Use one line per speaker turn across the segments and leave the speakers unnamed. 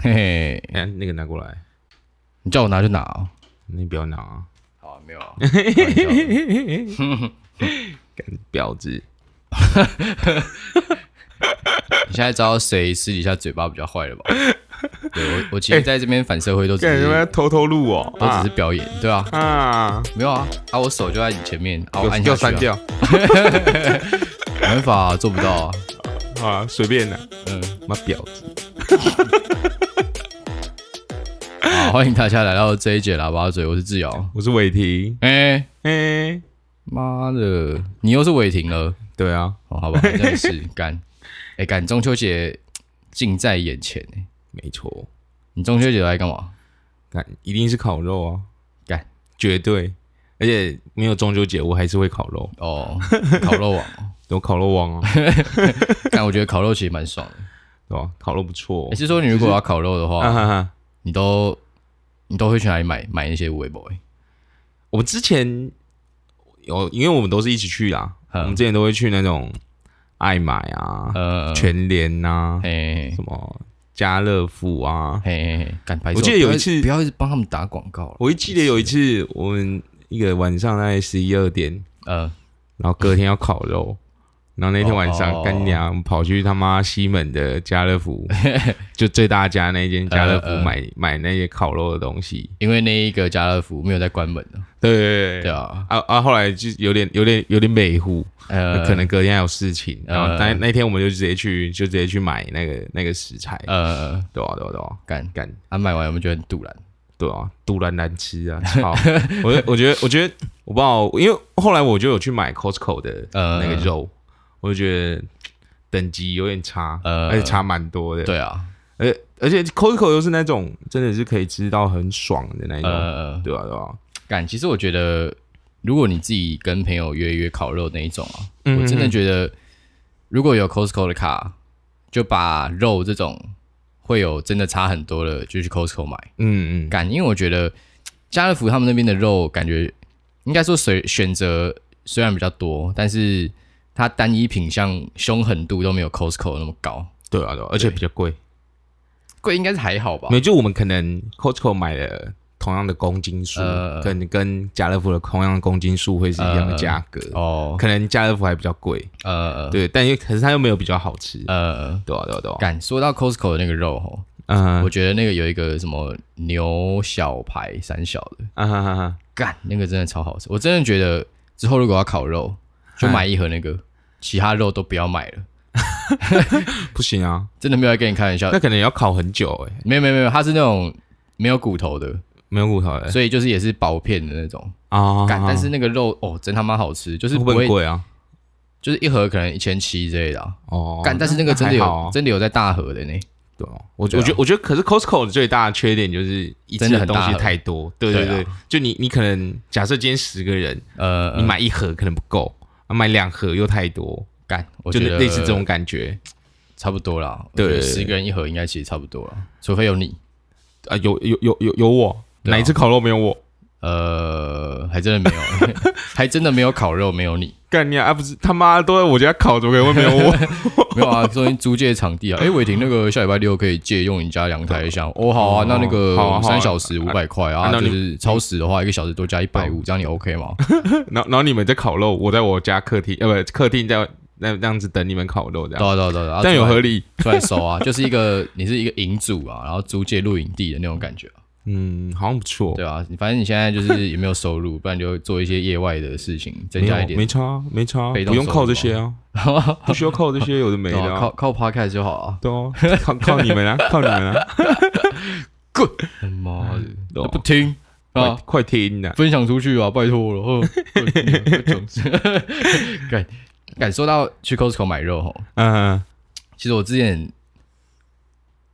嘿嘿，
哎、那个拿过来，
你叫我拿就拿、哦。
你不要拿、啊，
好、没 有、啊，开玩笑的
干婊子！
你现在知道谁私底下嘴巴比较坏了吧？对我，我其实在这边反社会都只
干什
是、
么偷偷录哦？
都只是表演，对吧、啊？
啊啊，
没有啊，啊，我手就在你前面，啊，我
又
按
又
下
删
去、啊，
掉
没办法啊、做不到啊。
啊，随便的，
嗯，
妈婊子！
好，欢迎大家来到这一节喇叭嘴，我是志尧。
我是伟霆，
哎、
哎、
妈的，你又是违停了，
对啊，
哦，好吧，真的是 干，哎、干，中秋节近在眼前、欸、
没错，
你中秋节来干嘛？
干一定是烤肉啊，
干，
绝对，而且没有中秋节我还是会烤肉，
哦，烤肉网 哦，
有烤肉王哦，
但我觉得烤肉其实蛮爽的。
对吧？烤肉不错、哦
也、是说，你如果要烤肉的话，
啊哈哈。
你都你都会去哪里买买那些微博、欸？
我们之前有，因为我们都是一起去啦，
嗯
我们之前都会去那种爱买啊、
呃，
全联啊呐、
嘿嘿
什么家乐福啊。
嘿嘿嘿，干白痴！
我记得有一次
不要一直帮他们打广告了。
我一记得有一次，我们一个晚上大概十一二点，
呃，
然后隔天要烤肉，然后那天晚
哦
上干娘、我们跑去他妈西门的家乐 福，就最大家那间家乐福
呃呃
买买那些烤肉的东西。
因为那一个家乐福没有在关门的，
对对对
对
对。
啊，
啊啊！后来就有点有点有点美糊，
呃，
可能隔天还有事情，然后
呃
那那天我们就直接去，就直接去买那个那个食材，
呃，
对啊对啊对啊，
干
干
啊，买完我们觉得很堵然，
对啊，肚然难吃啊， 操！我就我觉得我觉得我不知道，因为后来我就有去买 Costco 的
呃
那个肉，我就觉得等级有点差，
呃
而且差蛮多的，
对啊，
而而且 Costco 又是那种真的是可以吃到很爽的那一种，
呃，
对啊对啊，
干，其实我觉得，如果你自己跟朋友约一约烤肉那一种啊，
嗯
我真的觉得，如果有 Costco 的卡，就把肉这种会有真的差很多的，就去 Costco 买。
嗯嗯，
干，因为我觉得家乐福他们那边的肉，感觉应该说选选择虽然比较多，但是它单一品相凶狠度都没有 Costco 那么高。
对啊对啊，而且比较贵，
贵应该是还好吧
没？有就我们可能 Costco 买了同样的公斤数，
呃
跟跟家乐福的同样的公斤数会是一样的价格，
哦，
可能家乐福还比较贵，
呃
对，但又可是它又没有比较好吃，
呃，
对啊对啊对啊，
干说到 Costco 的那个肉吼，
嗯
我觉得那个有一个什么牛小排三小的，
啊哈哈哈，
干那个真的超好吃，我真的觉得之后如果要烤肉，
嗯
就买一盒那个，其他肉都不要买了，
不行啊，
真的没有在跟你开玩笑
那，可能也要烤很久哎，
没有没有没有，它是那种没有骨头的，
没有骨头哎
所以就是也是薄片的那种，
啊，
干，但是
啊
那个肉哦真他妈好吃，就是
会
不
不会
会
很贵啊？
就是一盒可能一千七之类的啊，
哦，
干，但是那个真的
还好
有
啊
真的有在大盒的呢，
对啊，我
对啊
我觉得我觉得可是 Costco 的最大的缺点就是一次
真的很
东
大
西
盒
太多，对对
对啊
对，就你你可能假设今天十个人，
呃
你买一盒可能不够，啊买两盒又太多，
干，我
就
觉
类
得
类似这种感觉
差不多啦，
对
十个人一盒应该其实差不多啦，除非有你。
啊，有有有有有我，
对啊
哪一次烤肉没有我？
呃，还真的没有， 还真的没有烤肉，没有你，
干你啊！啊不是他妈都在我家烤，怎么可能会没有我？
没有 啊，说明租借场地啊。哎、伟霆那个下礼拜六可以借用你家阳台一下。哦，好啊，那那个
好啊
我们
好啊
三小时五百块啊，
那
就
你嗯
是超时的话，一个小时多加一百五，这样你 OK 吗？
然后然后你们在烤肉，我在我家客厅，呃，不，客厅在那那样子等你们烤肉这
对
样，
啊对啊对啊，啊
但有
出来
合理。
出来收啊， 就是一个你是一个营主啊，然后租借露营地的那种感觉啊、
嗯，好像不错，
对啊，你反正你现在就是也没有收入，不然就做一些业外的事情，增
没有
加一点
没，差没差，
被动
不用
收入
靠这些啊， 不需要靠这些有的没
对
的
啊，靠
啊，
靠 podcast 就好啊。
对啊，靠靠你 们啊，靠你们啊，哎
他妈的，
对
都
啊
不听
快
啊！
快听呐！
分享出去啊，拜托了。 呵感感受到去 Costco 买肉吼，
嗯，
其实我之前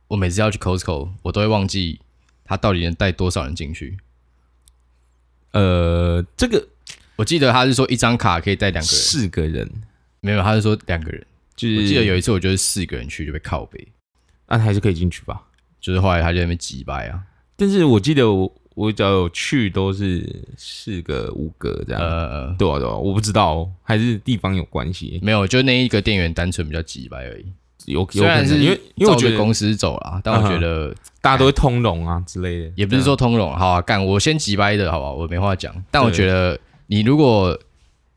我每次要去 Costco，我都会忘记他到底能带多少人进去。
呃，这个
我记得他是说一张卡可以带两个人，
四个人，
没有，他是说两个人。
就
我记得
是
有一次我就是四个人去就被靠背，
那还是可以进去吧？
就是后来他就在那边挤掰啊，
但是我记得我我只要有去都是四个五个这样，
呃，
对啊对啊，我不知道哦还是地方有关系，
没有，就那一个店员单纯比较挤掰而已。
有有
虽
可
然
能
是
因为因为我
照
觉
着
得嗯
公司走啦，但我觉得
大家都会通融啊之类的。
也不是说通融，好啊，干我先急掰的好吧，我没话讲。但我
对
觉得你如果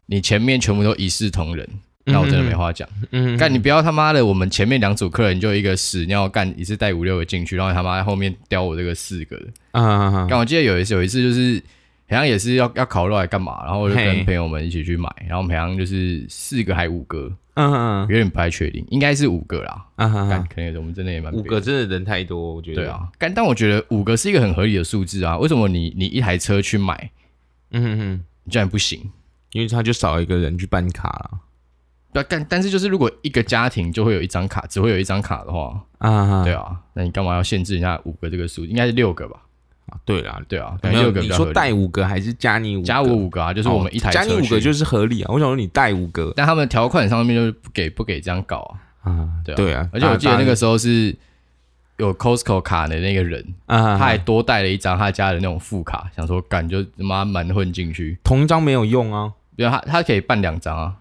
你前面全部都一视同仁，那我真的没话讲。
嗯，
干你不要他妈的，我们前面两组客人就一个屎尿干，一次带五六个进去，然后他妈后面叼我这个四个的。
啊，
干我记得有一次有一次就是。好像也是要要烤肉来干嘛，然后我就
嘿
跟朋友们一起去买，然后我们好像就是四个还五个，
嗯嗯
有点不太确定，应该是五个啦。
嗯
干、
嗯，
可能我们真的也蛮
五个真的人太多，我觉得。
对，啊，但但我觉得五个是一个很合理的数字啊。为什么你你一台车去买，
嗯嗯嗯，
你居然不行？
因为他就少一个人去办卡了。
对啊，但但是就是如果一个家庭就会有一张卡，只会有一张卡的话，
啊，
对啊，那你干嘛要限制人家五个这个数？应该是六个吧？
啊对啦，
对啊，感
没
觉
有
六个比
你
较合
说
理。
带五个还是加你五个？哦
加我五个啊，就是我们一台车、
加你五个就，是合理啊。我想说你带五个
但他们条款上面就是不给不给这样搞啊。
啊，
对啊
对啊，
而且我记得
大
那个时候是有 Costco 卡的那个人，
啊，
他还多带了一张他家的那种副卡，想说干就他妈蛮混进去，
同一张没有用啊，
因为他他可以办两张啊。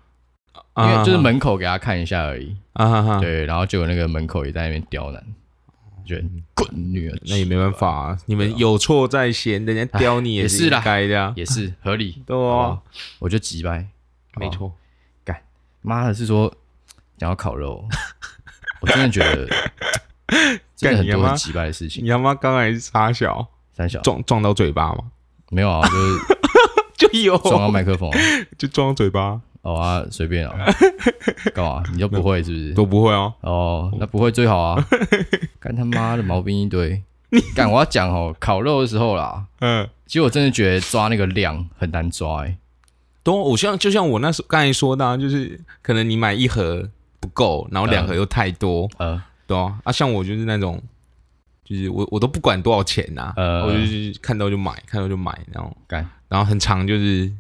因为就是门口给他看一下而已，
啊哈哈，
对，然后结果那个门口也在那边刁难，觉得滚女儿，
那也没办法啊，你们有错在先，人家刁你
啊也
是
是啦
应该的啊，
也是合理，
对
好
啊
吧，我就急掰，
没错，
妈的是说讲到烤肉，哦 我真的觉得真的很
干你啊
多
妈
很急掰的事情，
你他妈刚才是傻小
三小
撞撞到嘴巴嘛，
没有啊，就是
就有
撞到麦克风啊，
就撞到嘴巴
哦啊，随便啊， 干嘛？你就不会是不是？
都不会哦，
哦，那不会最好 啊，干他妈的毛病一堆，干我要讲哦，烤肉的时候啦。
嗯。
其实我真的觉得抓那个量很难抓、欸，
都，我像就像我那时候刚才说的、啊，就是可能你买一盒不够，然后两盒又太多，
呃，
对啊，啊，像我就是那种，就是我我都不管多少钱呐、
呃
我就是看到就买，看到就买，然后
干，
然后很长就是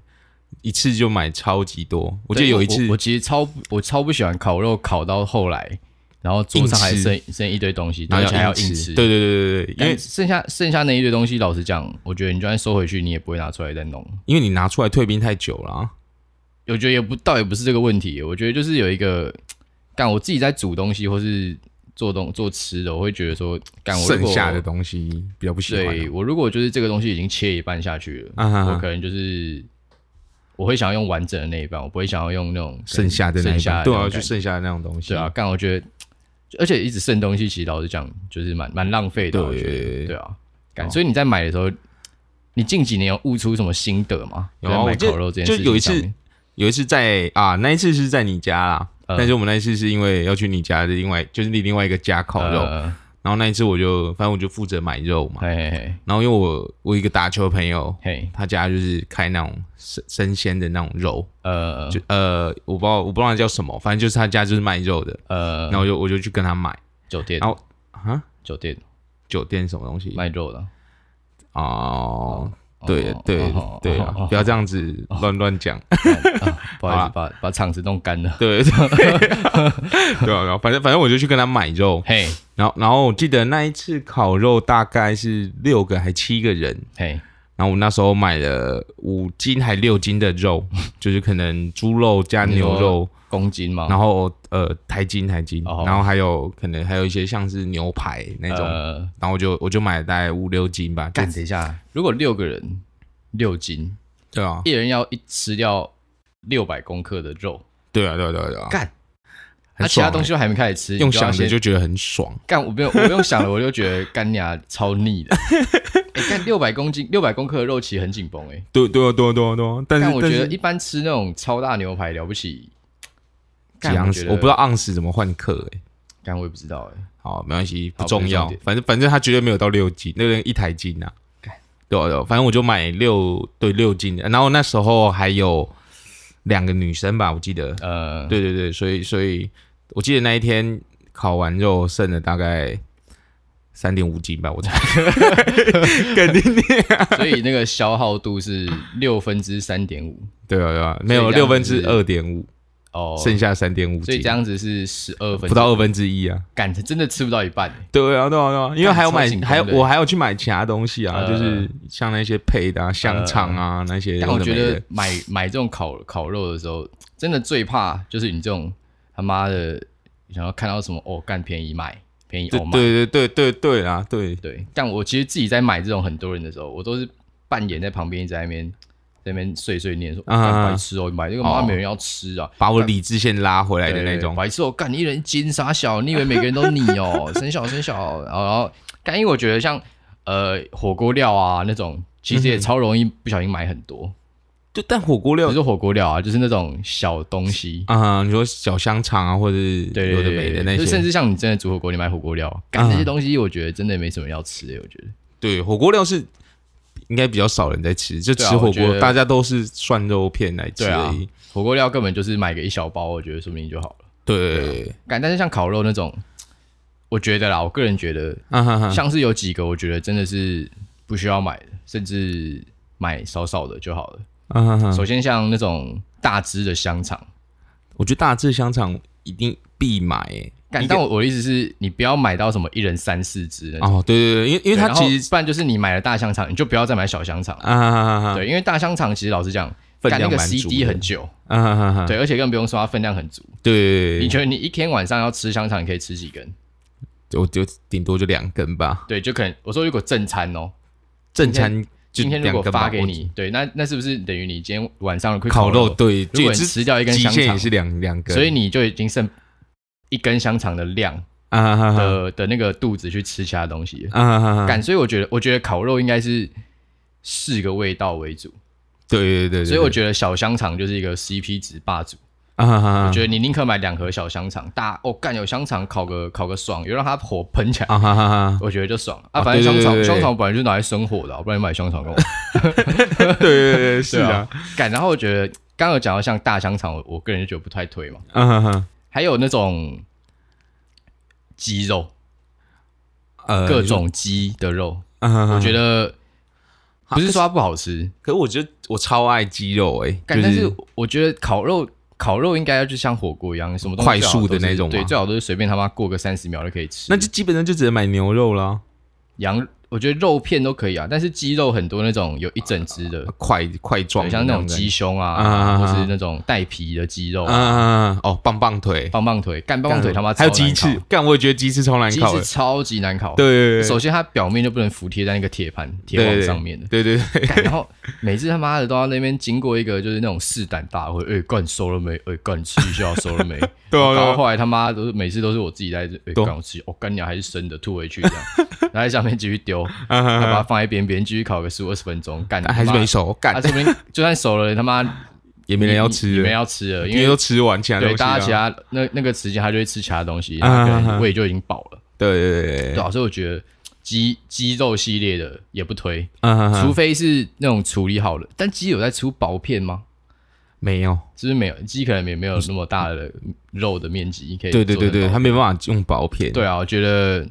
一次就买超级多。我记得有一次
我，我其实超我超不喜欢烤肉，烤到后来，然后桌上还
硬吃
剩剩一堆东西，
然
而
后
且还要
硬
硬吃，
对对对对对，
干，
因为
剩下剩下那一堆东西，老实讲，我觉得你就算收回去，你也不会拿出来再弄。
因为你拿出来退冰太久了、啊，
我觉得也不倒也不是这个问题，我觉得就是有一个，干我自己在煮东西或是做东做吃的，我会觉得说，干我如
剩
果
下的东西比较不喜欢啊、
对我如果就是这个东西已经切一半下去了，
啊哈哈
我可能就是我会想要用完整的那一半，我不会想要用那种
剩下的那
剩
一
下
半，
的
对
那
啊，
种
就
感觉
剩下的那种东西，
对啊，，干我觉得，而且一直剩东西，其实老实讲就是蛮蛮浪费的，
对
我觉得对啊，干、
哦
所以你在买的时候，你近几年有悟出什么心得吗？
有
在
啊
买
我记得
烤肉这件事
就
情
有一
上
次
面
有一次在啊，那一次是在你家啦，
呃
但是我们那一次是因为要去你家的另外就是你另外一个家烤肉，
呃
然后那一次我就反正我就负责买肉嘛，
嘿嘿嘿
然后因为我我有一个打球的朋友，
嘿，
他家就是开那种生生鲜的那种肉，
呃
就呃我不知道我不知道那叫什么，反正就是他家就是卖肉的，
呃
然，后我就我就去跟他买
酒店
然后啊
酒店
酒店什么东西
卖肉的，
哦。对
哦
对
哦
对
哦
啊
哦，
不要这样子乱乱讲，
不好
好啊
意
啦
思，把把场子弄干 了，
对对 对啊，然后反正反正我就去跟他买肉，
嘿
然后，然后我记得那一次烤肉大概是六个还七个人，
嘿。
然后我那时候买了五斤还六斤的 肉，就是可能猪肉加牛肉，
公斤吗？
然后呃台斤台斤，
哦
然后还有可能还有一些像是牛排那种，
呃，
然后我就我就买了大概五六斤吧，
干
就
等一下，如果六个人六斤，
对啊，
一人要一吃掉六百公克的肉，
对啊，对啊，对啊，对啊
干，那、
很
其
爽欸、
他东西都还没开始吃，
用
你就要
想着
先
就觉得很爽，
干，我不用我不用想了，我就觉得干你啊，超腻 的。欸干六百公斤六百公克的肉其实很紧绷哎，
对对啊，对啊，对啊，对啊，但是
但我
但
觉得
是
一般吃那种超大牛排了不起，
几
干
盎
觉
司，
得
我不知道盎司怎么换克哎、欸
干我也不知道哎、
好，没关系，
好
不重要
不是重点，
反正反正他绝对没有到六斤，那个一台斤呐、啊。对啊对啊，反正我就买六对六斤的，然后那时候还有两个女生吧，我记得。
呃，
对对对，所以所以我记得那一天烤完肉剩了大概三点五斤吧，我猜。肯定
所以那个消耗度是六分之三点 五
对啊对啊，没有
所以这
六
样
分
子是
之二点五，
哦，
剩下三点五
所以
斤
这，样子是十二分
不到二分之一啊。
干真的吃不到一半欸、
对啊，对啊，对啊，因为
干
还有买
超紧，绷
还有
的
我还要去买其他东西啊，
呃
就是像那些配的啊、香肠啊、那些有
但
的没
我
的。
觉得买买这种烤烤肉的时候，真的最怕就是你这种他妈的想要看到什么哦，干便宜买，便宜
对
哦买。
对对对对对啊，对，
对，但我其实自己在买这种很多人的时候，我都是扮演在旁边一直在那边在那边碎碎念说：“
啊
干白痴哦，买这个妈
哦
没人要吃啊。
把我理智线拉回来的那种。
白痴哦，干你一人金傻小，你以为每个人都你哦， 生小生小，然后然后干，因为我觉得像呃火锅料啊那种，其
嗯
实也超容易不小心买很多，
就但火锅料
不是火锅料啊，就是那种小东西，
啊、你说小香肠啊，或者是
对
有
对
的
对
没
对对
的那
就甚
些，
至像你真的煮火锅，你买火锅料，干这些
啊
东西，我觉得真的没什么要吃的，我觉得。
对火锅料是应该比较少人在吃，就
对
吃
啊
火
我觉
锅、
得
大家都是涮肉片来吃
对啊
而已。
火锅料根本就是买个一小包，我觉得说不定就好了。
对，
感，但是像烤肉那种，我觉得啦，我个人觉得，
啊哈哈，
像是有几个我觉得真的是不需要买的，甚至买少少的就好了。
啊哈哈，
首先像那种大只的香肠，
我觉得大致香肠一定必买、欸。
干
一个
但我我的意思是你不要买到什么一人三四只那种，
哦，对对对，因为因
对
为它
然后
其实
不然就是你买了大香肠，你就不要再买小香肠。
啊哈哈哈，
对，因为大香肠其实老实讲，
分
干那
量
个
蛮足
CD
的
很久，
啊哈哈哈，
对，而且更不用说它分量很足。
对
你
对
觉得你一天晚上要吃香肠，你可以吃几根？
对，我就顶多就两根吧，
对，就可能我说如果正餐哦，
正餐就
今天如
两
果
根
发
吧。
给
我
你，对，那那是不是等于你今天晚上的
烤肉，
肉，
对，
如果
就也
你
是
吃掉一根
极
香
限也
肠，
是两两根，
所以你就已经剩一根香肠的量
啊哈哈哈
的的那个肚子去吃其他东西了。
啊哈哈哈，
感，所以我觉得，我觉得烤肉应该是视个味道为主，
对对对对，
所以我觉得小香肠就是一个 CP 值霸主。
得啊哈哈
我
哈
觉得你宁可买两盒小香肠，大哦干有香肠烤个烤个爽，有让它火喷起来。
啊哈 哈哈，
我觉得就爽了啊！
啊
反正香
对对
肠
对对
香肠本来就是拿来生火的啊，不然你买香肠 干嘛？
对对对，是
对
啊
啊，干，然后我觉得刚刚有讲到像大香肠，我我个人就觉得不太推嘛。
啊哈哈，
还有那种鸡肉，
呃，
各
你说，
种鸡的肉，
啊哈哈
我觉得
哈
不是说它不好吃，
可是我觉得我超爱鸡肉哎，
干，但是我觉得烤肉。烤肉应该要就像火锅一样，什么东西
快
最好
速
都是
的那种吗
对，最好都是随便他妈过个三十秒就可以吃。
那就基本上就只能买牛肉啦，
羊，我觉得肉片都可以啊，但是鸡肉很多那种有一整只的，
块块状
对
的
像那种
感觉
鸡胸
啊啊
啊，
啊
或
啊
是那种带皮的鸡肉
啊
啊，
啊啊哦，棒棒腿，
棒棒腿，干棒棒腿他妈
还有
超难
鸡翅
烤，
干，我也觉得鸡翅超难
鸡
烤
翅
的，
超级难烤。
对对对
首先它表面就不能服贴在那个铁盘铁
对
网
对
上面的，
对对对对，
干然后每次他妈的都要那边经过一个就是那种试胆大会，哎、干收了没？哎、干吃一下收 了没？
对啊对啊
然后后来他妈都是每次都是我自己在这，哎、
对
干我吃，哦，干鸟还是生的吐回去这 样，然后在下面继续丢，
啊
然
哈
后把
哈
它放在边边继续烤个十五二十分钟，干
但还是没。熟，
他妈
干
啊，这边就算熟了，他妈
也 没人要
也
吃
也没
了
人，要吃了，因
因为
为
都吃完其他东
对
西
大
啊，
家其他那那个时间他就会吃其他东西，
啊
他可
啊啊
能胃就已经饱了。
对对对对
对啊，所以我觉得鸡鸡肉系列的也不推，
嗯哼
除
哼，
非是那种处理好的。但鸡有在出薄片吗？
没有，
是不是没有？鸡可能也没有那么大的肉的面积可以。
对对对对，他。没办法用薄片，
对啊，我觉得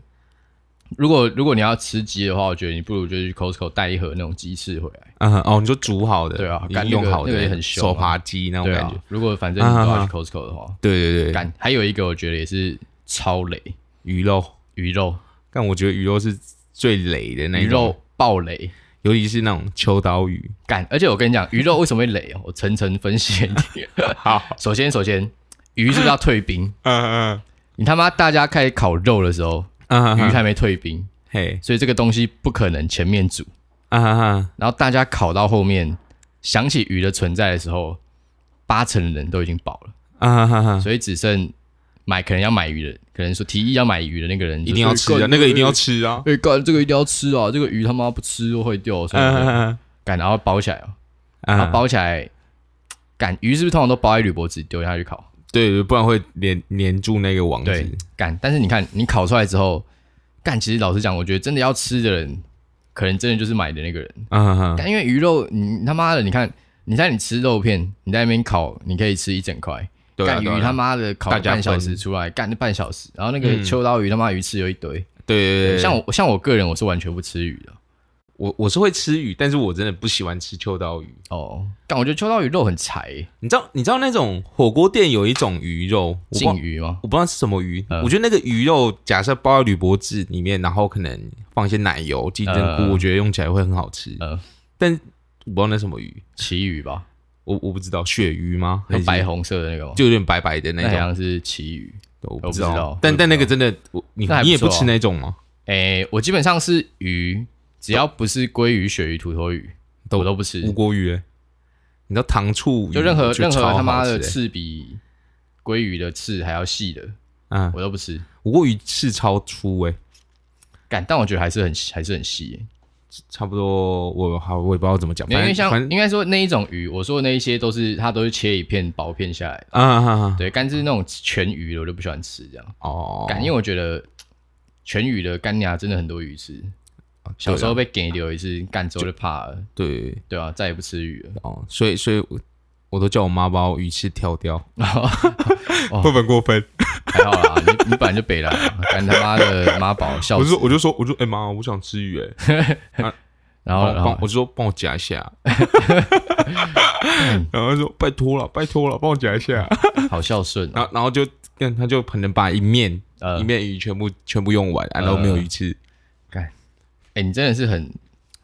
如果如果你要吃鸡的话，我觉得你不如就去 Costco 带一盒那种鸡翅回来。
嗯哼，哦，你说煮好的，
对啊
已
干
经
那个
用好的，
那个也很凶啊
手扒鸡那种
对
感
啊
觉，，
如果反正你都要去 Costco 的话，
对对对，
干、还有一个我觉得也是超雷
鱼肉，
鱼肉，
但我觉得鱼肉是最雷的那一
鱼
种，
肉爆雷。
尤其是那种秋刀鱼，
干，而且我跟你讲，鱼肉为什么会雷哦？我 层层分析给你。
好，
首先，首先，鱼是不是要退冰？
嗯嗯
你他妈大家开始烤肉的时候，
嗯，
鱼
嗯，
还没退冰，
嘿，
所以这个东西不可能前面煮。
啊哈哈，
然后大家烤到后面，想起鱼的存在的时候，八成的人都已经饱了，
啊哈哈哈，
所以只剩买可能要买鱼的，可能说提议要买鱼的那个人
一定要吃啊，那个一定要。吃啊，
哎，干这个一定要吃啊！这个鱼他妈不吃就会掉，所以
嗯嗯
干然后包起来哦，
嗯，
然
啊
后，包起来，干鱼是不是通常都包在铝箔纸丢下去烤？
对，不然会粘粘住那个网
对
子，，
干。但是你看，你烤出来之后，干，其实老实讲，我觉得真的要吃的人，可能真的就是买的那个人。
嗯哼，
干，因为鱼肉，你他妈的，你看你在你吃肉片，你在那边烤，你可以吃一整块。
对啊
干
对啊
鱼他妈的烤
大
了
家分
半小时出来，干了半小时，然后那个秋刀鱼他妈鱼刺有一堆。
对对对，
像我像我个人，我是完全不吃鱼的。
我我是会吃鱼，但是我真的不喜欢吃秋刀鱼。
哦，但我觉得秋刀鱼肉很柴欸，
你知道你知道那种火锅店有一种鱼肉，我不知道
禁欸鱼吗？
我不知道是什么鱼，
嗯
我觉得那个鱼肉假设包在铝箔纸里面，然后可能放一些奶油、金针菇，
嗯
我觉得用起来会很好吃。
嗯
但我不知道那什么鱼，
旗鱼吧，
我我不知道鳕鱼吗？还
那
是
白红色的那个吗？
就有点白白的
那
那
好
种。
像是旗鱼。
我
我不
不知
知道
道，但但那个真的，我你
那还不
你也不
错啊
吃那种吗？
诶、我基本上是鱼，只要不是鲑鱼、鳕鱼、土头鱼，
都
我都不吃
无，国鱼欸，你知道糖醋鱼
就任何
我觉
任
得
何
超好
他妈的
吃欸，
刺比鲑鱼的刺还要细的，
嗯，
我都不吃。
无国鱼刺超粗哎，
干，但我觉得还是很还是很细耶、
差不多我好我也不知道怎么讲，
因
反
为
正
像
反正
应该说那一种鱼，我说的那一些都是它都是切一片薄片下来的，
啊啊啊
对，但是那种全鱼的我就不喜欢吃这样。
哦，
干，因为我觉得全鱼的干牙真的很多鱼吃，
哦
小时候
啊
被给留一次，干之后就怕了，
对
对啊，再也不吃鱼了。
哦，所以所以我我都叫我妈把我鱼刺挑掉，
哦
会不会很过分？
还好啦，你 你本来就北啦，干他妈的妈宝笑
我就
死
说。我就说我就哎妈，我想吃鱼哎，
然后
帮
然
帮
后
我就说帮我夹 一下， 然后她说拜托了拜托了，帮我夹 一下，
好孝顺啊，
然后然后就跟他就可能把一面
呃
一，面鱼全部全部用完，啊然后没有鱼吃，
哎，你真的是很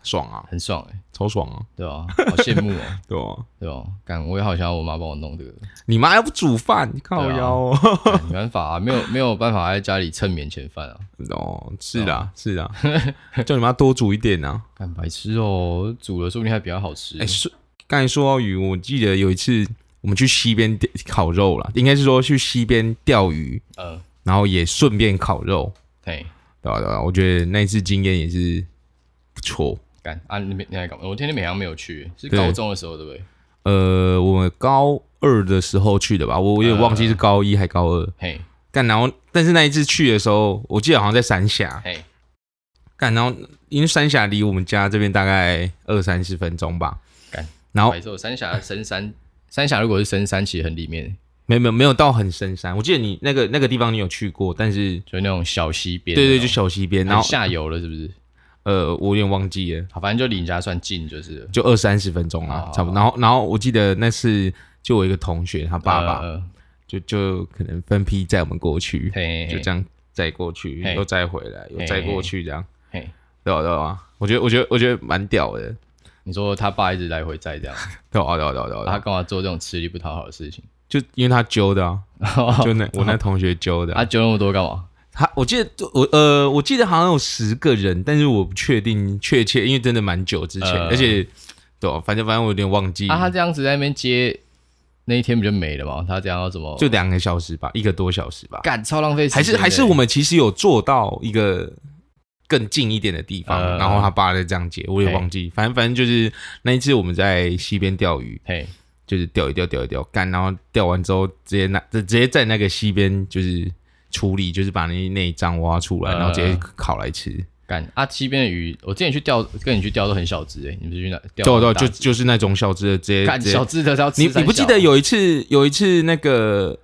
爽啊，
很爽哎，
超爽啊，
对吧？好羡慕哦，
对吧？
对吧？干，我也好想要我妈帮我弄这个，
你妈又不煮饭，你靠
啊
腰哦。
干没办法啊，没有没有办法在家里蹭免钱饭啊，
哦，是的，是的， 叫你妈多煮一点啊。
干白痴哦，煮了说不定还比较好吃
哎，。说刚才说到鱼，我记得有一次我们去溪边钓烤肉啦，应该是说去溪边钓鱼，
嗯，
然后也顺便烤肉，
对，
对吧？对吧？我觉得那一次经验也是不错。
干啊，你没你还搞，我天天美好像没有去，是
对
高中的时候对不对？
呃，我们高二的时候去的吧，我我有点忘记是高一还高二。
嘿，
干，然后但是那一次去的时候，我记得好像在三峡。
嘿，
干，然后因为三峡离我们家这边大概二三十分钟吧。
干，
然后
没错，哦三峡深山，三峡如果是深山，其实很里面，
没没没有到很深山，我记得你那个那个地方你有去过，但是
就那种小溪边
对
那种，
对，就小溪边，然
很
后
下游了，是不是？
呃，我有点忘记了，
好，反正就离你家算近，就是了
就二三十分钟啦
哦，
差不多。然后然后我记得那次就我一个同学他爸爸、
呃呃
就就可能分批载我们过去，
嘿，
就这样载过去，
嘿
又载回来，又载过去这样，
嘿。嘿，
对啊吧、对吧、我觉得我觉得我觉得蛮屌的，
你说他爸一直来回在这样，
对啊吧、对吧、对吧、对吧、
他干嘛做这种吃力不讨好的事情？
就因为他揪的啊， 就那我那同学揪的
他
啊、
揪那么多干嘛？
他我记得我呃，我记得好像有十个人，但是我不确定确切，因为真的蛮久之前，
呃
而且对、啊，反正反正我有点忘记，
啊，他这样子在那边接，那一天不就没了吗？他这哦样要怎么？
就两个小时吧，一个多小时吧，
干超浪费时
还
间
是
的，欸
还是我们其实有做到一个更近一点的地方，
呃哎
然后他爸再这样接，我也
嘿
忘记，反正反正就是那一次我们在溪边钓鱼，
嘿，
就是钓一钓钓一钓干，然后钓完之后直接拿直直接在那个溪边就是处理，就是把那那一张挖出来，然后直接
呃
烤来吃。
干啊，西边的鱼，我之前去钓，跟你去钓都很小只诶、欸你们是去哪钓
对
很大
对，
只？
就就是那种小只的，直接
干
直接
小。只的是要吃
你
三
你不记
小啊
得有一次有一次那个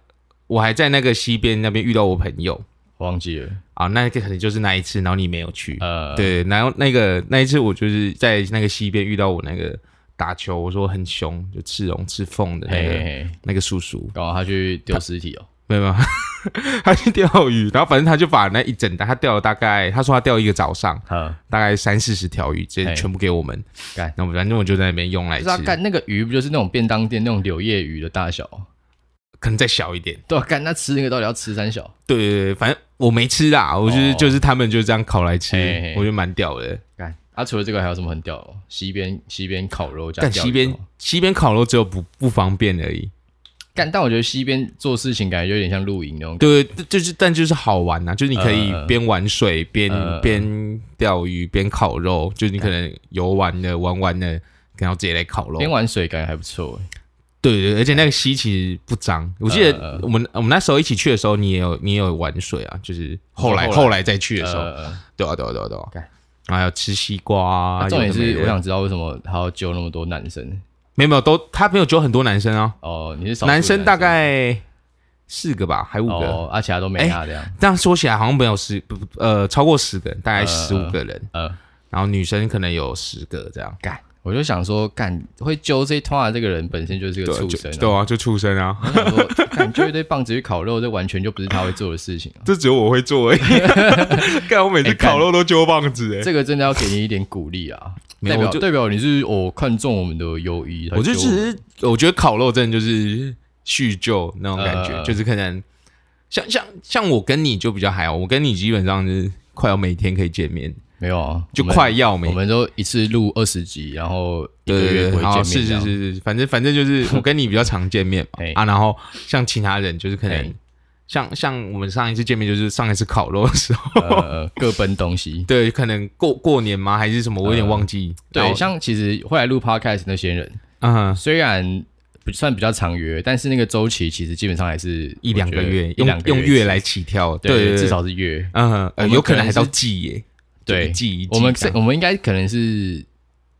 我还在那个溪边那边遇到我朋友
我忘记了，
啊，那个可能就是那一次，然后你没有去。
呃，
对，然后那个那一次我就是在那个溪边遇到我那个打球，我说很凶，就赤龙赤凤的那
嘿
个
嘿嘿，
那个叔叔，
然后他去丢尸体 哦，
没有没有，他去钓鱼，然后反正他就把那一整单，他钓了大概，他说他钓一个早上，
嗯，
大概三四十条鱼，直接
嘿
全部给我们。
干
然后反正我就在那边用来
就
吃
是，他干那个鱼不就是那种便当店那种柳叶鱼的大小 哦？
可能再小一点。
对啊，干那吃那个到底要吃三小？
对对对，反正我没吃啦，我就是、
哦
就是他们就这样烤来吃，
嘿嘿
我觉得蛮屌的。
干啊，除了这个还有什么很屌的哦？西边西边烤肉加
但
钓
西
鱼
边
哦
西边烤肉只有不不方便而已。
干，但我觉得西边做事情感觉有点像露营那种感
对，就是但就是好玩呐、就是你可以
呃
边玩水边
呃
边钓鱼边烤肉，就是你可能游玩的玩完的，然后直接来烤肉
觉，。边玩水感觉还不错欸诶，
对对，对而且那个溪其实不脏。我记
呃
得我们我们那时候一起去的时候，你也有你也有玩水啊，就是后来
哦后来
后来再去的时候，
呃呃
对啊对啊对啊对啊
干，
然后还有吃西瓜啊。
啊重点
有的没
是
的
我想知道为什么他要揪那么多男生
没有没有都他没有揪很多男生啊，
哦？你是少数的
男生大概四个吧，还五个。哎
哦，啊，其他都没拿这样，
这样说起来好像没有十不不呃超过十个人，大概
呃
十五个人。
呃。
然后女生可能有十个这样，
干，我就想说，干会揪这一通的这个人本身就是个畜生、
就
啊。
啊，就畜生啊，
我想说，干揪一堆棒子去烤肉，这完全就不是他会做的事情啊！
这只有我会做 而已。干，我每次烤肉都揪棒子哎，
哎这个真的要给你一点鼓励啊！
没有
代表
我就
代表你是我、看中我们的友谊，
我
才
就
揪
只是我觉得烤肉真的就是叙旧那种感觉，
呃
就是可能像像像我跟你就比较还好，我跟你基本上是快要每天可以见面，
没有啊，
就
我们
快要
我
每
们都一次录二十集，然后一
对
个
对
月不
对，
会
好，
见
是
面这
是
样。
是是，反正反正就是我跟你比较常见面嘛
哎
啊，然后像其他人就是可能
哎
像像我们上一次见面就是上一次烤肉的时候，
呃，各奔东西。
对，可能过过年吗还是什么，我有点忘记。 然
呃对，
后
像其实后来录 podcast 那些人，
嗯，
虽然不算比较长约，但是那个周期其实基本上还是
一
我
两
觉
个
得
月
一两
用
个
用月
起
来起跳，
对，
对，对
至少是月。
嗯
我
呃，
们
有
可
可能
能
还到
是
季耶，就
对
一季一季
我们
这
是
样
我们应该可能是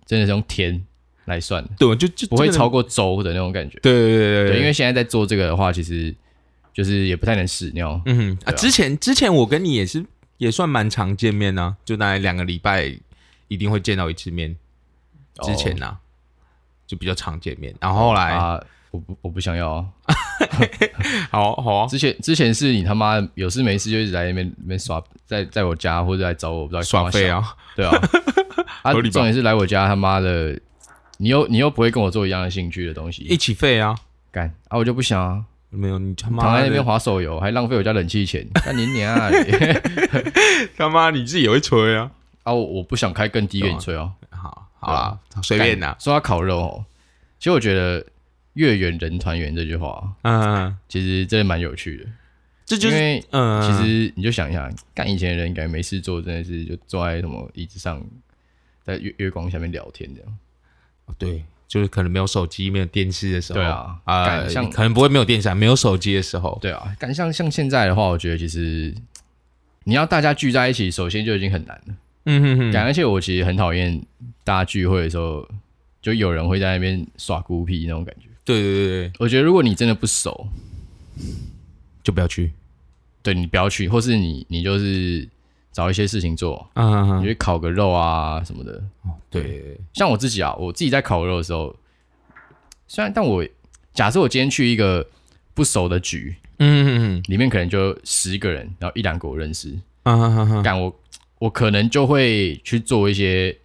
真的是用天来算，
对，就就
不会
这个
超过周的那种感觉。
对对对
对，因为现在在做这个的话，其实就是也不太能屎尿。
嗯啊，
对啊
之前之前我跟你也是也算蛮常见面啊，就大概两个礼拜一定会见到一次面。
哦
之前啊，就比较常见面，然后后来
啊，我不我不想要
哦
啊。
好好啊
之前之前是你他妈有事没事就一直在那边那边耍，在在我家或者来找我，我不知道
耍废
啊。
啊，
对啊，啊，
合理吧
重点是来我家他妈的，你又你又不会跟我做一样的兴趣的东
一
西，
起废啊，
干啊，我就不想啊，
没有你他
躺
妈
在那边
的
划手游，还浪费我家冷气 钱，干你娘啊！
他妈你自己也会吹啊，
啊，我我不想开更低给你吹哦，
好好啦，啊随便啦，
说到烤肉哦，其实我觉得“月圆人团圆”这句话
嗯，
其实真的蛮有趣的，
这就
因
是
为
嗯，
其实你就想一下，干以前的人感觉没事做，真的是就坐在什么椅子上，在月月光下面聊天这样。
嗯对。就是可能没有手机、没有电视的时候，
对啊
啊，
感像
可能不会没有电视，啊，没有手机的时候，
对啊，干像像现在的话，我觉得其实你要大家聚在一起，首先就已经很难了。
嗯哼
干、
哼，
而且我其实很讨厌大家聚会的时候，就有人会在那边耍孤僻那种感觉。
对对对对，
我觉得如果你真的不熟，
就不要去，
对你不要去，或是你你就是找一些事情做，
嗯哼哼
你，去烤个肉啊什么的。
对，
像我自己啊，我自己在烤肉的时候，虽然但我假设我今天去一个不熟的局，
嗯嗯
里面可能就十个人，然后一两个我认识，
嗯
干我我可能就会去做一些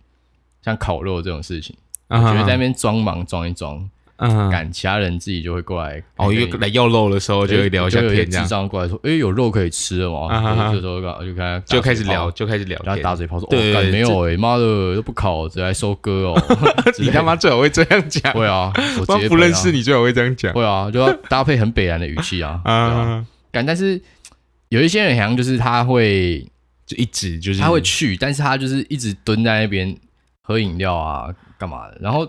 像烤肉这种事情，
嗯，
觉得在那边装忙装一装，
嗯，
赶、其他人自己就会过来
哦，
跟
又
你
来要肉的时候就会聊一下
就有
天，这
智
样
障过来说，哎、有肉可以吃了
啊哈哈
吗？这时候搞就开
就开始聊，。就开始聊
然后
天。
打嘴炮说：“
对
哦，干没
这
有哎，妈的都不烤，只来收割 哦。之类
你
的
他妈最好会这样讲，
会啊，我
不
直
然
接
不
回啊
认识你最好会这样讲
会啊，就要搭配很北然的语气啊。啊，
啊！
感但是有一些人好像就是他会
就一直就是
他会去，但是他就是一直蹲在那边喝饮料啊，干嘛的？然后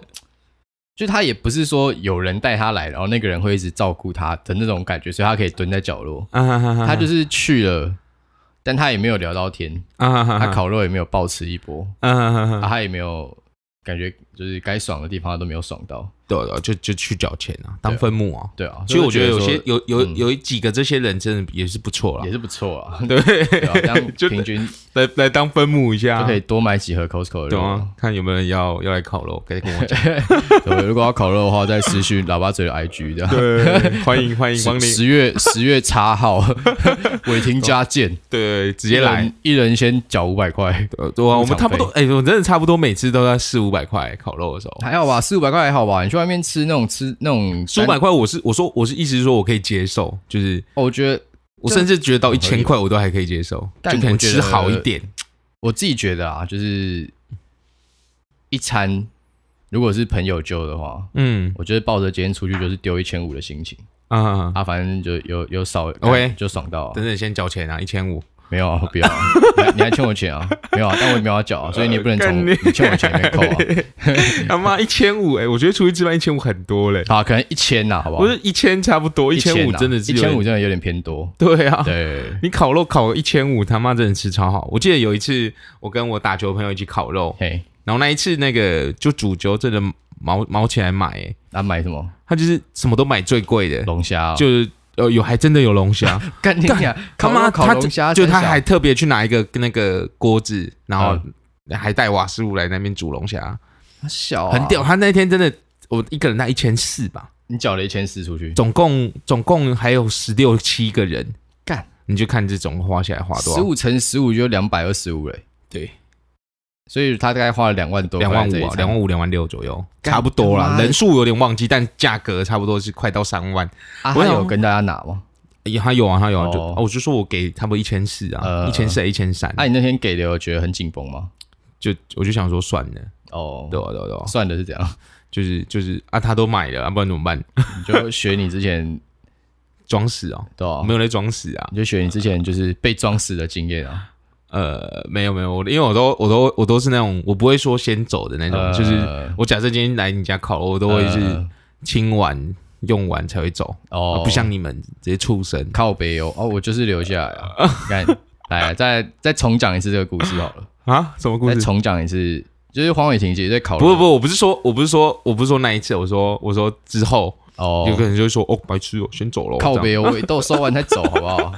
就他也不是说有人带他来，然后那个人会一直照顾他的那种感觉，所以他可以蹲在角落。
啊哈哈哈，
他就是去了，但他也没有聊到天，
啊哈哈
他烤肉也没有暴吃一波，
啊哈哈哈
啊，他也没有感觉就是该爽的地方他都没有爽到。
对对，就就去缴钱啊，当分母啊。
对啊，
其实我觉得有
所以
些
说
有有
嗯
有几个这些人真的也是不错
也
啦，
是不错 啊，对啊，这样
就
平均
来来当分母一
就
下
可，以多买几盒 Costco 的
对
肉啊。
啊，看有没有人要要来烤肉，可以跟我讲。
对，如果要烤肉的话，再私讯喇叭嘴的 IG 这样。
对，欢迎欢迎光
十
临，
十月十月叉号， 伟霆家 见，
对，直接来
一。人，一人先缴五百块，
呃，对啊，我
入
们
场
差不多，哎、我真的差不多每次都在四五百块烤肉的时候，
还好吧，四五百块还好吧。你去外面吃那种吃那种
四五百，块我是我说我是意思是说我可以接受，就是
哦我觉得
我甚至觉得到一
很合
千
理
块我都还可以接受，就
但
可能
我觉得
吃好一点，
我自己觉得啊，就是一餐如果是朋友揪的话，
嗯
我觉得抱着今天出去就是丢一千五的心情
啊，
啊，反正就有有少
OK
就爽到啊、
等等先交钱啊，一千五，
没有啊，我不要、啊，你还你还欠我钱啊？没有啊，但我也没有要缴、啊，所以你也不能
干
从
你
你欠我钱里面扣啊。
他妈一千五，哎，我觉得出去吃饭一千五很多嘞，
好，可能一千呐、好不好
我？是一千差不多，一千五
啊
真的是
一
有点
千五，真的有点偏多。
对啊，
对，
你烤肉烤一千五，他妈真的吃超好，我记得有一次我跟我打球的朋友一起烤肉，
嘿，
然后那一次那个就主揪真的毛毛起来买、哎。
那啊买什么
他就是什么都买最贵的，
龙虾哦？
就是呃有还真的有 龙虾，
干你娘！
他
烤肉
妈
烤
他
龙虾，
就他
三小嗯
还特别去拿一个那个锅子，然后还带瓦斯炉来那边煮龙虾，
他小啊
很屌。。他那天真的，我一个人带一千四吧，
你缴了一千四出去，
总共总共还有十六七个人，
干
你就看这总花下来花多
十
少，
五乘十五就两百二十五嘞。
对，
所以他大概花了两万多，
两万五啊，两万
五
五两万六左右，
干
差不多
他
啦。
妈的
人数有点忘记，但价格差不多是快到三万。
啊，
我
他
想
有跟大家拿吗？
也还有啊，还有啊，就、
哦
啊我就说我给差不多一千四啊，
呃
一千四一千三，
那、你那天给的有觉得很紧绷吗？
就我就想说算了，
哦，
对啊对啊对啊，
算的是这样，
就是就是啊，他都买了，啊、不然怎么办？
你就学你之前
装死哦，
对吧、
没有在装死啊，
你就学你之前就是被装死的经验啊，
呃，没有没有，我因为我都我都我都是那种我不会说先走的那种，
呃
就是我假设今天来你家烤肉，我都会是
呃
清完用完才会走，
哦，
啊不像你们直接畜生。
靠北哦，哦，我就是留下来啊。你看，来啊再再重讲一次这个故事好了，
啊？什么故
再
事？
重讲一次，就是黄伟霆姐在考
不不不，我不是说，我不是说，我不是说那一次，我说我说之后，
哦
有，个人就会说哦，白痴哦，先走了。
靠
这样，
北哦，我都收完再 走好不好？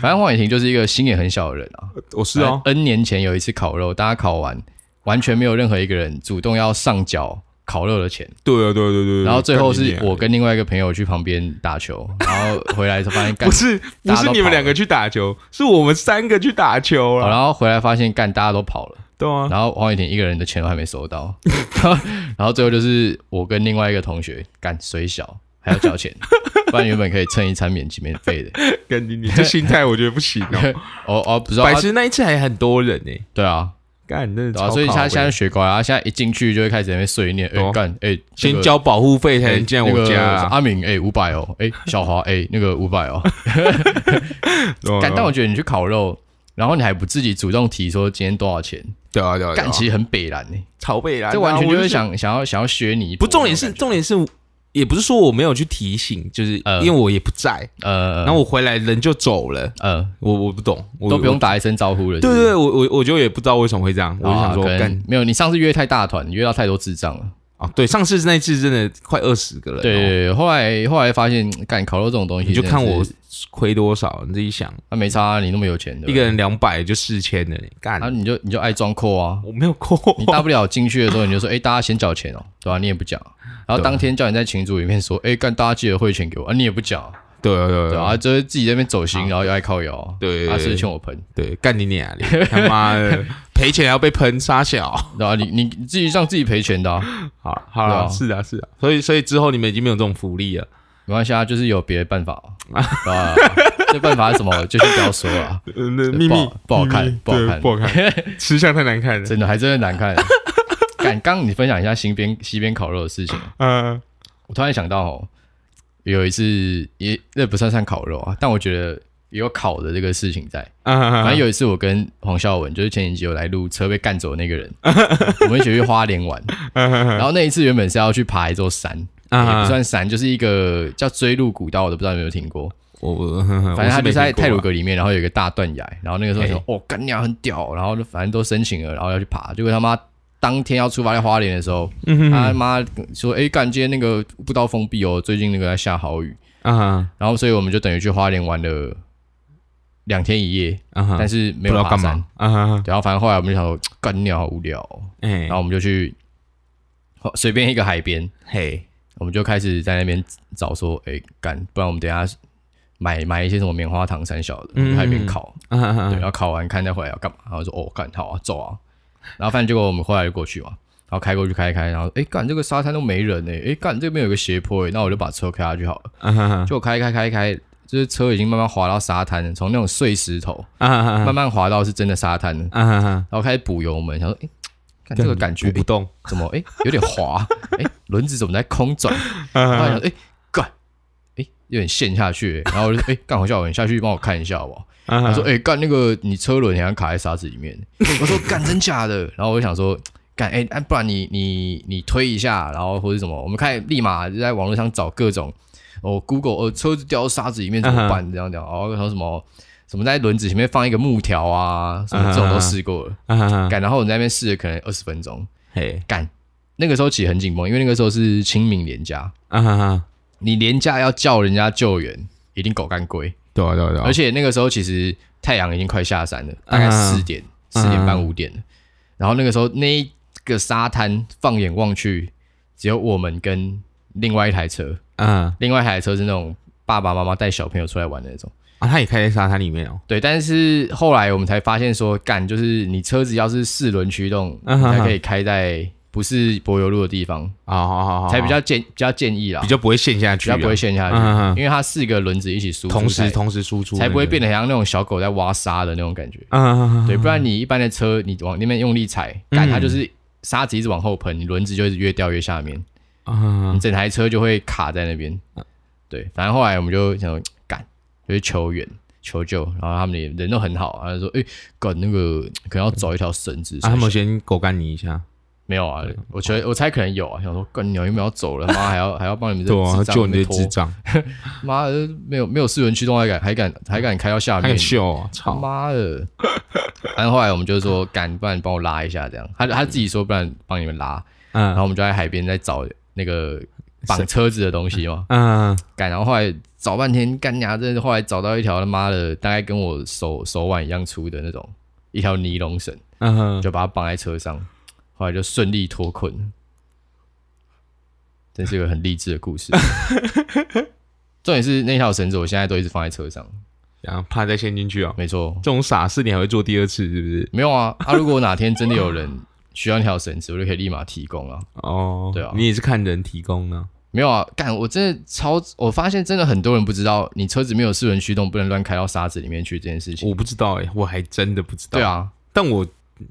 反正黄伟霆就是一个心也很小的人啊。
我是啊，
，N 年前有一次烤肉，大家烤完完全没有任何一个人主动要上缴烤肉的钱，
对啊，对啊对啊对啊。
然后最后
干你
是
娘
我跟另外一个朋友去旁边打球，然后回来才 发现干
不。是
大
不
家
是
都
你
跑
们两个去打球，是我们三个去打球啊
好
了，
然后回来发现干大家都跑了，
对啊，
然后黄雨婷一个人的钱都还没收到， 然后然后最后就是我跟另外一个同学干水小还要交 钱，不然原本可以蹭一餐免免费的。
跟你 你这心态我觉得不行哦。
哦哦，不是、 啊
白，痴那一次还很多人呢，
对啊，
干真的
对
超
啊，
靠
所以他
北
现在学乖啊，他现在一进去就会开始在那边碎念，哎、
哦
干哎、这
先
个哎
交保护费才能进来
那
我
个
家啊，
阿明哎五百哦，哎、小华哎、那个五 百哦，
对啊
干，
对
但
啊
我觉得你去烤肉，然后你还不自己主动提说今天多少钱，
对啊对啊，
干
对啊
其实很北蓝呢、欸
朝北啦，
这完全
然后
就
啊我
是想想要想要学你一
不
波
重点
那
是
种
重点是，也不是说我没有去提醒，就是
呃
因为我也不在，
感觉呃，
然后我回来人就走了，
呃
我我嗯不懂，我
都不。用
我
打一声招呼了，
对
是不是
对，我我我就也不知道为什么会这样，我就
啊
想说
可能
干
没有，你上次约太大团，你约到太多智障了。
啊，对，上次那一次真的快二十个人哦，
对对对，后来后来发现，干烤肉这种东西
你就
真的是，
看我亏多少，你自己想，
啊，没差啊，你那么有钱的，
一个人两百就四千了，干
啊，，你就你就爱装阔 啊，
我没有扣，
你大不了进去的时候你就说，哎、大家先缴钱哦，对吧、你也不讲，然
啊
后当天叫你在群组里面说，哎、干大家记得汇钱给我啊，你也不讲，
对啊对啊
对
对
吧、
啊
啊？就是自己在那边走心，然后又爱靠摇啊，
对对对
啊，是欠我喷，
对，干你娘 的，他妈的赔钱还要被喷，傻小，
对吧、啊？你你你自己让自己赔钱的、啊，
好了好
对啊
了，是啊是啊，所以所以之后你们已经没有这种福利了，
没关系啊，就是有别的办法啊，对 吧、这办法是什么？就先不要说了。
呃，那
对
秘
不好
密
不好
秘
看
密
不好
对
看
不好看， 吃相太难看了。
真的还真的难看。敢刚你分享一下新边西边烤肉的事情，
嗯，
我突然想到哦，有一次也那不算算烤肉啊，但我觉得也有烤的这个事情在。
反
反正有一次我跟黄孝文，就是前几集有来录车被干走的那个人，我们一起去花莲玩。然后那一次原本是要去爬一座山，
啊
也不算山，就是一个叫追鹿古道的，不知道有没有听过。
我啊我，反
反正他就在泰鲁
鲁
阁里面，然后有一个大断崖，然后那个时候想
嘿，
哦，干娘很屌，然后就反正都申请了，然后要去爬，结果他妈当天要出发在花莲的时候，
嗯
他妈说，哎、干今天那个步道封闭哦，最近那个在下好雨，
啊
然后所以我们就等于去花莲玩了两天一夜，
啊哈，
但
是
是没
不
有
知道
爬
干
山
嘛，啊哈，
然后反正后来我们就想说，干娘好无聊哦、
哎
然后我们就去后随便一个海边，
嘿，
我们就开始在那边找说，哎、干，不然我们等一下买买一些什么棉花糖三小的，我们去海边烤，
啊哈
对，
啊
然后烤完看再回来要干嘛，然后说哦，干好啊，走啊，然后反正结果我们后来就过去嘛，然后开过去开一开，然后哎干这个沙滩都没人呢、哎干这边有个斜坡、欸，那我就把车开下去好了，
哈啊
就开一开开一开，就是车已经慢慢滑到沙滩了，从那种碎石头
哈
慢慢滑到是真的沙滩了，
啊哈哈，
然后开始补油门，想说哎。诶干这个感觉
鼓不动，
怎么哎、诶有点滑，哎、轮子怎么在空转？
啊
然后想哎干哎有点陷下去、然后我就说哎干好笑，你下去帮我看一下好不好？
啊
他说哎干、那个你车轮好像卡在沙子里面，我说干真假的？然后我就想说干哎、啊不然你你你推一下，然后或者什么，我们看立马就在网络上找各种哦 Google 呃车子掉到沙子里面怎么办？这样讲哦，然后什么。什么在轮子前面放一个木条啊，什么这种都试过了。
啊哈，
干、然后我们在那边试了可能二十分钟，
嘿，
干，那个时候其实很紧绷，因为那个时候是清明连假，
啊哈哈，
你连假要叫人家救援，一定狗干龟。
对啊对啊对啊，
而
且
且那个时候其实太阳已经快下山了，大概
嗯
四点、四、点半、五点了。然后那个时候那一个沙滩，放眼望去，只有我们跟另外一台车，
啊
另外一台车是那种爸爸妈妈带小朋友出来玩的那种。
啊，他也开在沙滩里面哦，
对，但是后来我们才发现说，干就是你车子要是四轮驱动，
嗯
你才
哼
可以开在不是柏油路的地方，
啊，好好好，
才比较建比较建议啦，
比较不会陷下
比
去啊，
较不会陷下去，
嗯嗯嗯
因为它四个轮子一起输出
同时
才
同时输出，
才不会变
得，
得像那种小狗在挖沙的那种感觉。
嗯嗯嗯嗯
对，不然你一般的车，你往那边用力踩，干它就是沙子一直往后喷，你轮子就一直越掉越下面，
嗯
你整台车就会卡在那边。
啊
对，反正后来我们就想说干，就是求援求救，然后他们也人都很好，然后说哎，干那个可能要找一条绳子。
啊，他们先狗干你一下，
没有啊，我觉得我猜可能有啊，想说干鸟又没有要走了，妈还要还要帮你们这
对啊，
智障
就你的
拖
智障，
妈的没有没有四轮驱动还敢还敢还敢开到下
他
面
敢，秀哦，
他
操，
妈的！ 然后后来我们就说，干，不然帮我拉一下这样。他他自己说，不然帮你们拉。然
嗯
后我们就在海边在找那个绑车子的东西 嘛，
嗯，
干。然后后来找半天，干牙真的后来找到一条他妈的大概跟我手手腕一样粗的那种一条尼龙绳，
嗯，
就把它绑在车上，后来就顺利脱困了。真是个很励志的故 事。重点是那条绳子，我现在都一直放在车上。
然后怕再陷进去哦。
没错，
这种傻事你还会做第二次是不是？
没有啊，啊，如果哪天真的有人需要那条绳子，我就可以立马提供啊。
哦，
对啊
你也是看人提供呢。
没有啊，干，我真的超，我发现真的很多人不知道，你车子没有四轮驱动，不能乱开到沙子里面去这件事情。
我不知道哎、我还真的不知道。
对，啊，
但我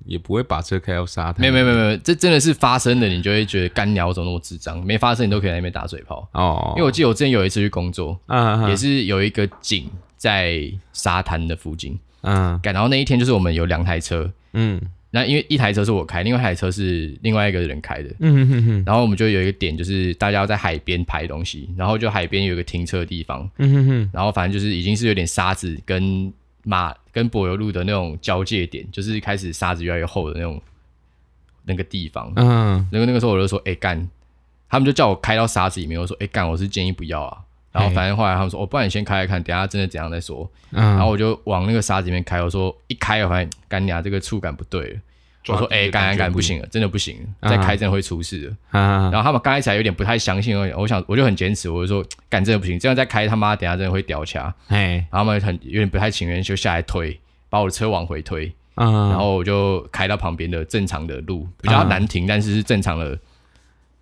也不会把车开到沙滩。
没有没有没有没有，这真的是发生的，你就会觉得干鸟怎么那么智障？没发生你都可以在那边打嘴炮。
哦，
因为我记得我之前有一次去工作，
嗯
也是有一个井在沙滩的附近，
嗯
干，然后那一天就是我们有两台车，
嗯
那因为一台车是我开，另外一台车是另外一个人开的，
嗯哼哼哼
然后我们就有一个点，就是大家要在海边拍东西，然后就海边有一个停车的地方，
嗯哼哼，
然后反正就是已经是有点沙子跟马跟柏油路的那种交界点，就是开始沙子越来越厚的那种那个地方。
嗯
那个那个时候我就说，哎、干，他们就叫我开到沙子里面，我说，哎、干，我是建议不要啊。然后
嘿
反正后来他们说，哦，不然你先开开看，等一下真的怎样再说。
嗯，
然后我就往那个沙子里面开，我说一开，我发现干娘这个触感不对了。我说，哎、干干干不行了，真的不行
嗯
了，再开真的会出事的。
啊，
然后他们刚开始还有点不太相信，我想我就很坚持，我就说干真的不行，这样再开他妈等下真的会掉卡。
哎，
然后他们很有点不太情愿，就下来推，把我的车往回推，
嗯，
然后我就开到旁边的正常的路，比较难停，但是是正常的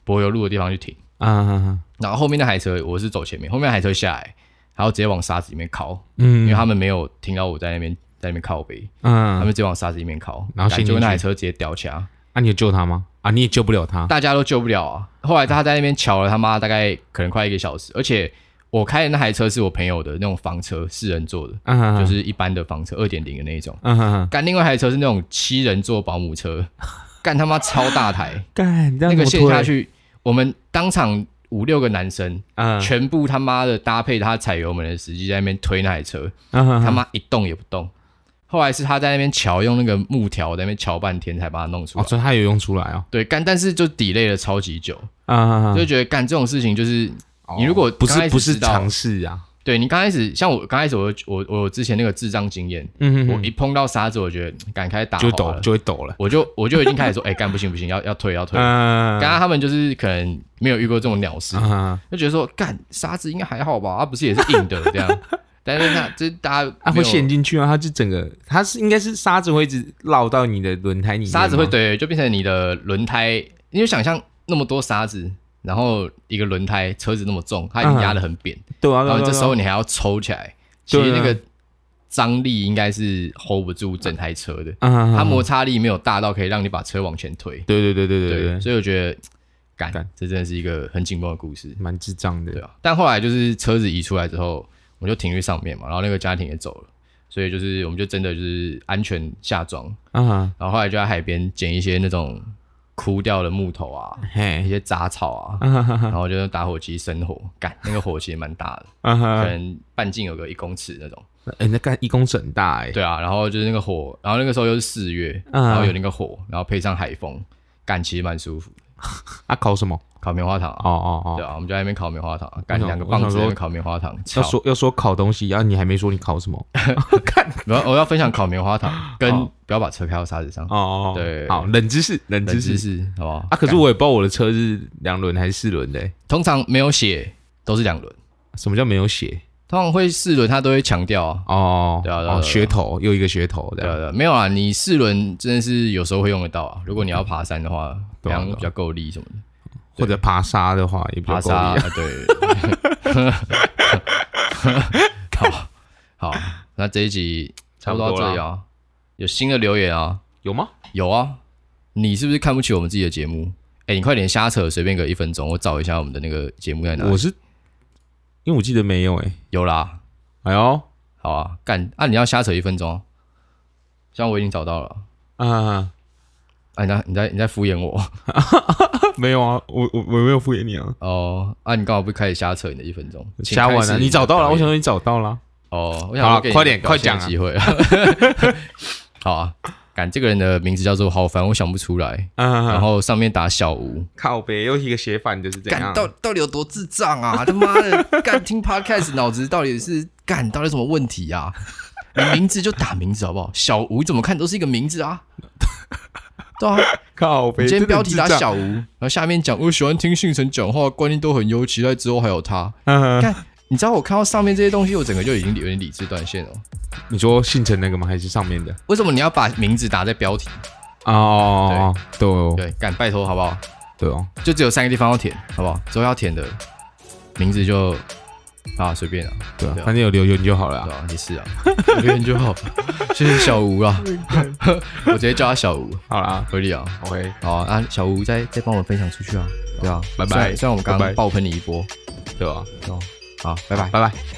柏油路的地方去停。
啊，
然后后面那台车我是走前面，后面那台车下来，然后直接往沙子里面靠，因
嗯
为他们没有听到我在那边在那边靠背，他
嗯，
们直接往沙子里面靠，
然后陷
结
进
果
去
那台车直接掉卡。
啊，你有救他吗？啊，你也救不了他。
大家都救不了啊。后来他在那边瞧了他妈大概可能快一个小时，而且我开的那台车是我朋友的那种房车，四人座的，
嗯，
就，是一般的房车，二点零的那一种。
嗯，
干另外一台车是那种七人座保姆车，干他妈超大 台，
干，
那个陷下，去，我们当场五六个男生、
嗯，
全部他妈的搭配他踩油门的司机在那边推那台车，他
他，
妈一动也不动。后来是他在那边瞧，用那个木条在那边瞧半天才把它弄出
哦，
来。
所以他有用出来哦，
对，干但是就 delay 了超级久。
啊，
就觉得干这种事情就是，
不是不是尝试啊，
对你刚开始像我刚开始我我我之前那个智障经验，
嗯
我一碰到沙子，我觉得敢开始打
就
滑
抖
了
就会抖了，
我就我就已经开始说，哎、干不行不行，要要退要退。
嗯，
刚刚他们就是可能没有遇过这种鸟事，
啊，
就觉得说干沙子应该还好吧，啊它不是也是硬的这 样，但是它这大家
啊，
没
会
有
陷进去啊！它就整个，它是应该是沙子会一直绕到你的轮胎里面吗，
沙子会对，就变成你的轮胎，你就想象那么多沙子，然后一个轮胎车子那么重，它已
嗯
经压得很扁，
对啊，对
然
啊
后这时，
对
候
啊
你还要抽起来，其
对啊
实那个张力应该是 hold 不住整台车的，
嗯，
它
嗯
摩擦力没有大到可以让你把车往前推。
对对对对对
对，
对对，
所以我觉得，干
干，
这真的是一个很紧绷的故事，
蛮智障
对
的。
啊。但后来就是车子移出来之后，我们就停去上面嘛，然后那个家庭也走了，所以就是我们就真的就是安全下装，
啊，
然后后来就在海边捡一些那种枯掉的木头啊，一
嘿，
些杂草啊，
啊哈哈
然后就用打火机生火，干，那个火其实蛮大的。
啊哈
可
哈，
能半径有个一公尺那种。
哎，那干一公尺很大哎，
对啊，然后就是那个火，然后那个时候又是四月，
嗯
然后有那个火，然后配上海风，感其实蛮舒服的。
啊，烤什么？
烤棉花糖
哦
啊，
哦
对
哦，
啊，我们就在那边烤棉花糖，
我
干
想
两个棒子在
我想
那
说
边烤棉花糖，操！
要说要说烤东西，然后啊你还没说你烤什么？
然后我要分享烤棉花 糖，跟
哦
不要把车开到沙子上，
哦哦，哦
对
好，冷知识，冷
冷
知
知
识
识，好不好？
啊！可是
干
我也不知道我的车是两轮还是四轮的欸，
通常没有写都是两轮，
什么叫没有写？
通常会四轮他都会强调啊，
哦，
对啊对啊
哦，
对啊
噱头又一个噱头
对
这
啊
样，
对啊，没有啊，你四轮真的是有时候会用得到啊，如果你要爬山的话，
对啊
量
对啊
比较够力什么的，
或者爬沙的话也比较
爬
够
山啊
力啊，
对。 好，好，那这一集差不多到这里
差
啊，有新的留言啊，
有吗？
有啊，你是不是看不起我们自己的节目？哎、你快点瞎扯，随便给我一分钟，我找一下我们的那个节目在哪里
我是因为我记得没有哎，
有啦，
哎呦
好啊，干啊！你要瞎扯一分钟，像我已经找到了。
啊，
啊，你在你在你在敷衍我
没有啊，我我我没有敷衍你啊，
哦！啊，你刚好不开始瞎扯你的一分钟，请
瞎
开
玩
始
啊，你
的
找到了，
表
我
演
想说你找到了，
哦，我
好
想
啊
给你
快点
表现
快讲啊
机会。 好啊，干这个人的名字叫做好烦，我想不出来。然
啊，
后上面打小吴，
靠北又一个写反的是怎样
干？到到底有多智障啊！ 他妈的，干听 podcast 脑子到底是干到底有什么问题 啊？你名字就打名字好不好？小吴怎么看都是一个名字 啊。对啊，
靠
你
北，
今天标题打
真的很智障
小吴，然后下面讲我喜欢听信成讲话，观念都很优，期待之后还有他。
嗯
看，你知道我看到上面这些东西，我整个就已经有点理智断线了。
你说姓陈那个吗？还是上面的？
为什么你要把名字打在标题？
哦，对哦
对，敢拜托好不好？
对哦，
就只有三个地方要填，好不好？之后要填的名字就啊随便啊，
对啊
对啊，
反正有留言就好了
对
啊。
啊，也 是啊，留言就好。谢谢小吴啊，我直接叫他小吴，
好啦
合理啊。
，OK，
好啊，啊小吴再再帮我分享出去啊，对啊，
拜拜
虽然虽然我们刚
拜
刚
拜
爆喷你一波，
对吧？哦
对啊好，拜拜。
拜拜。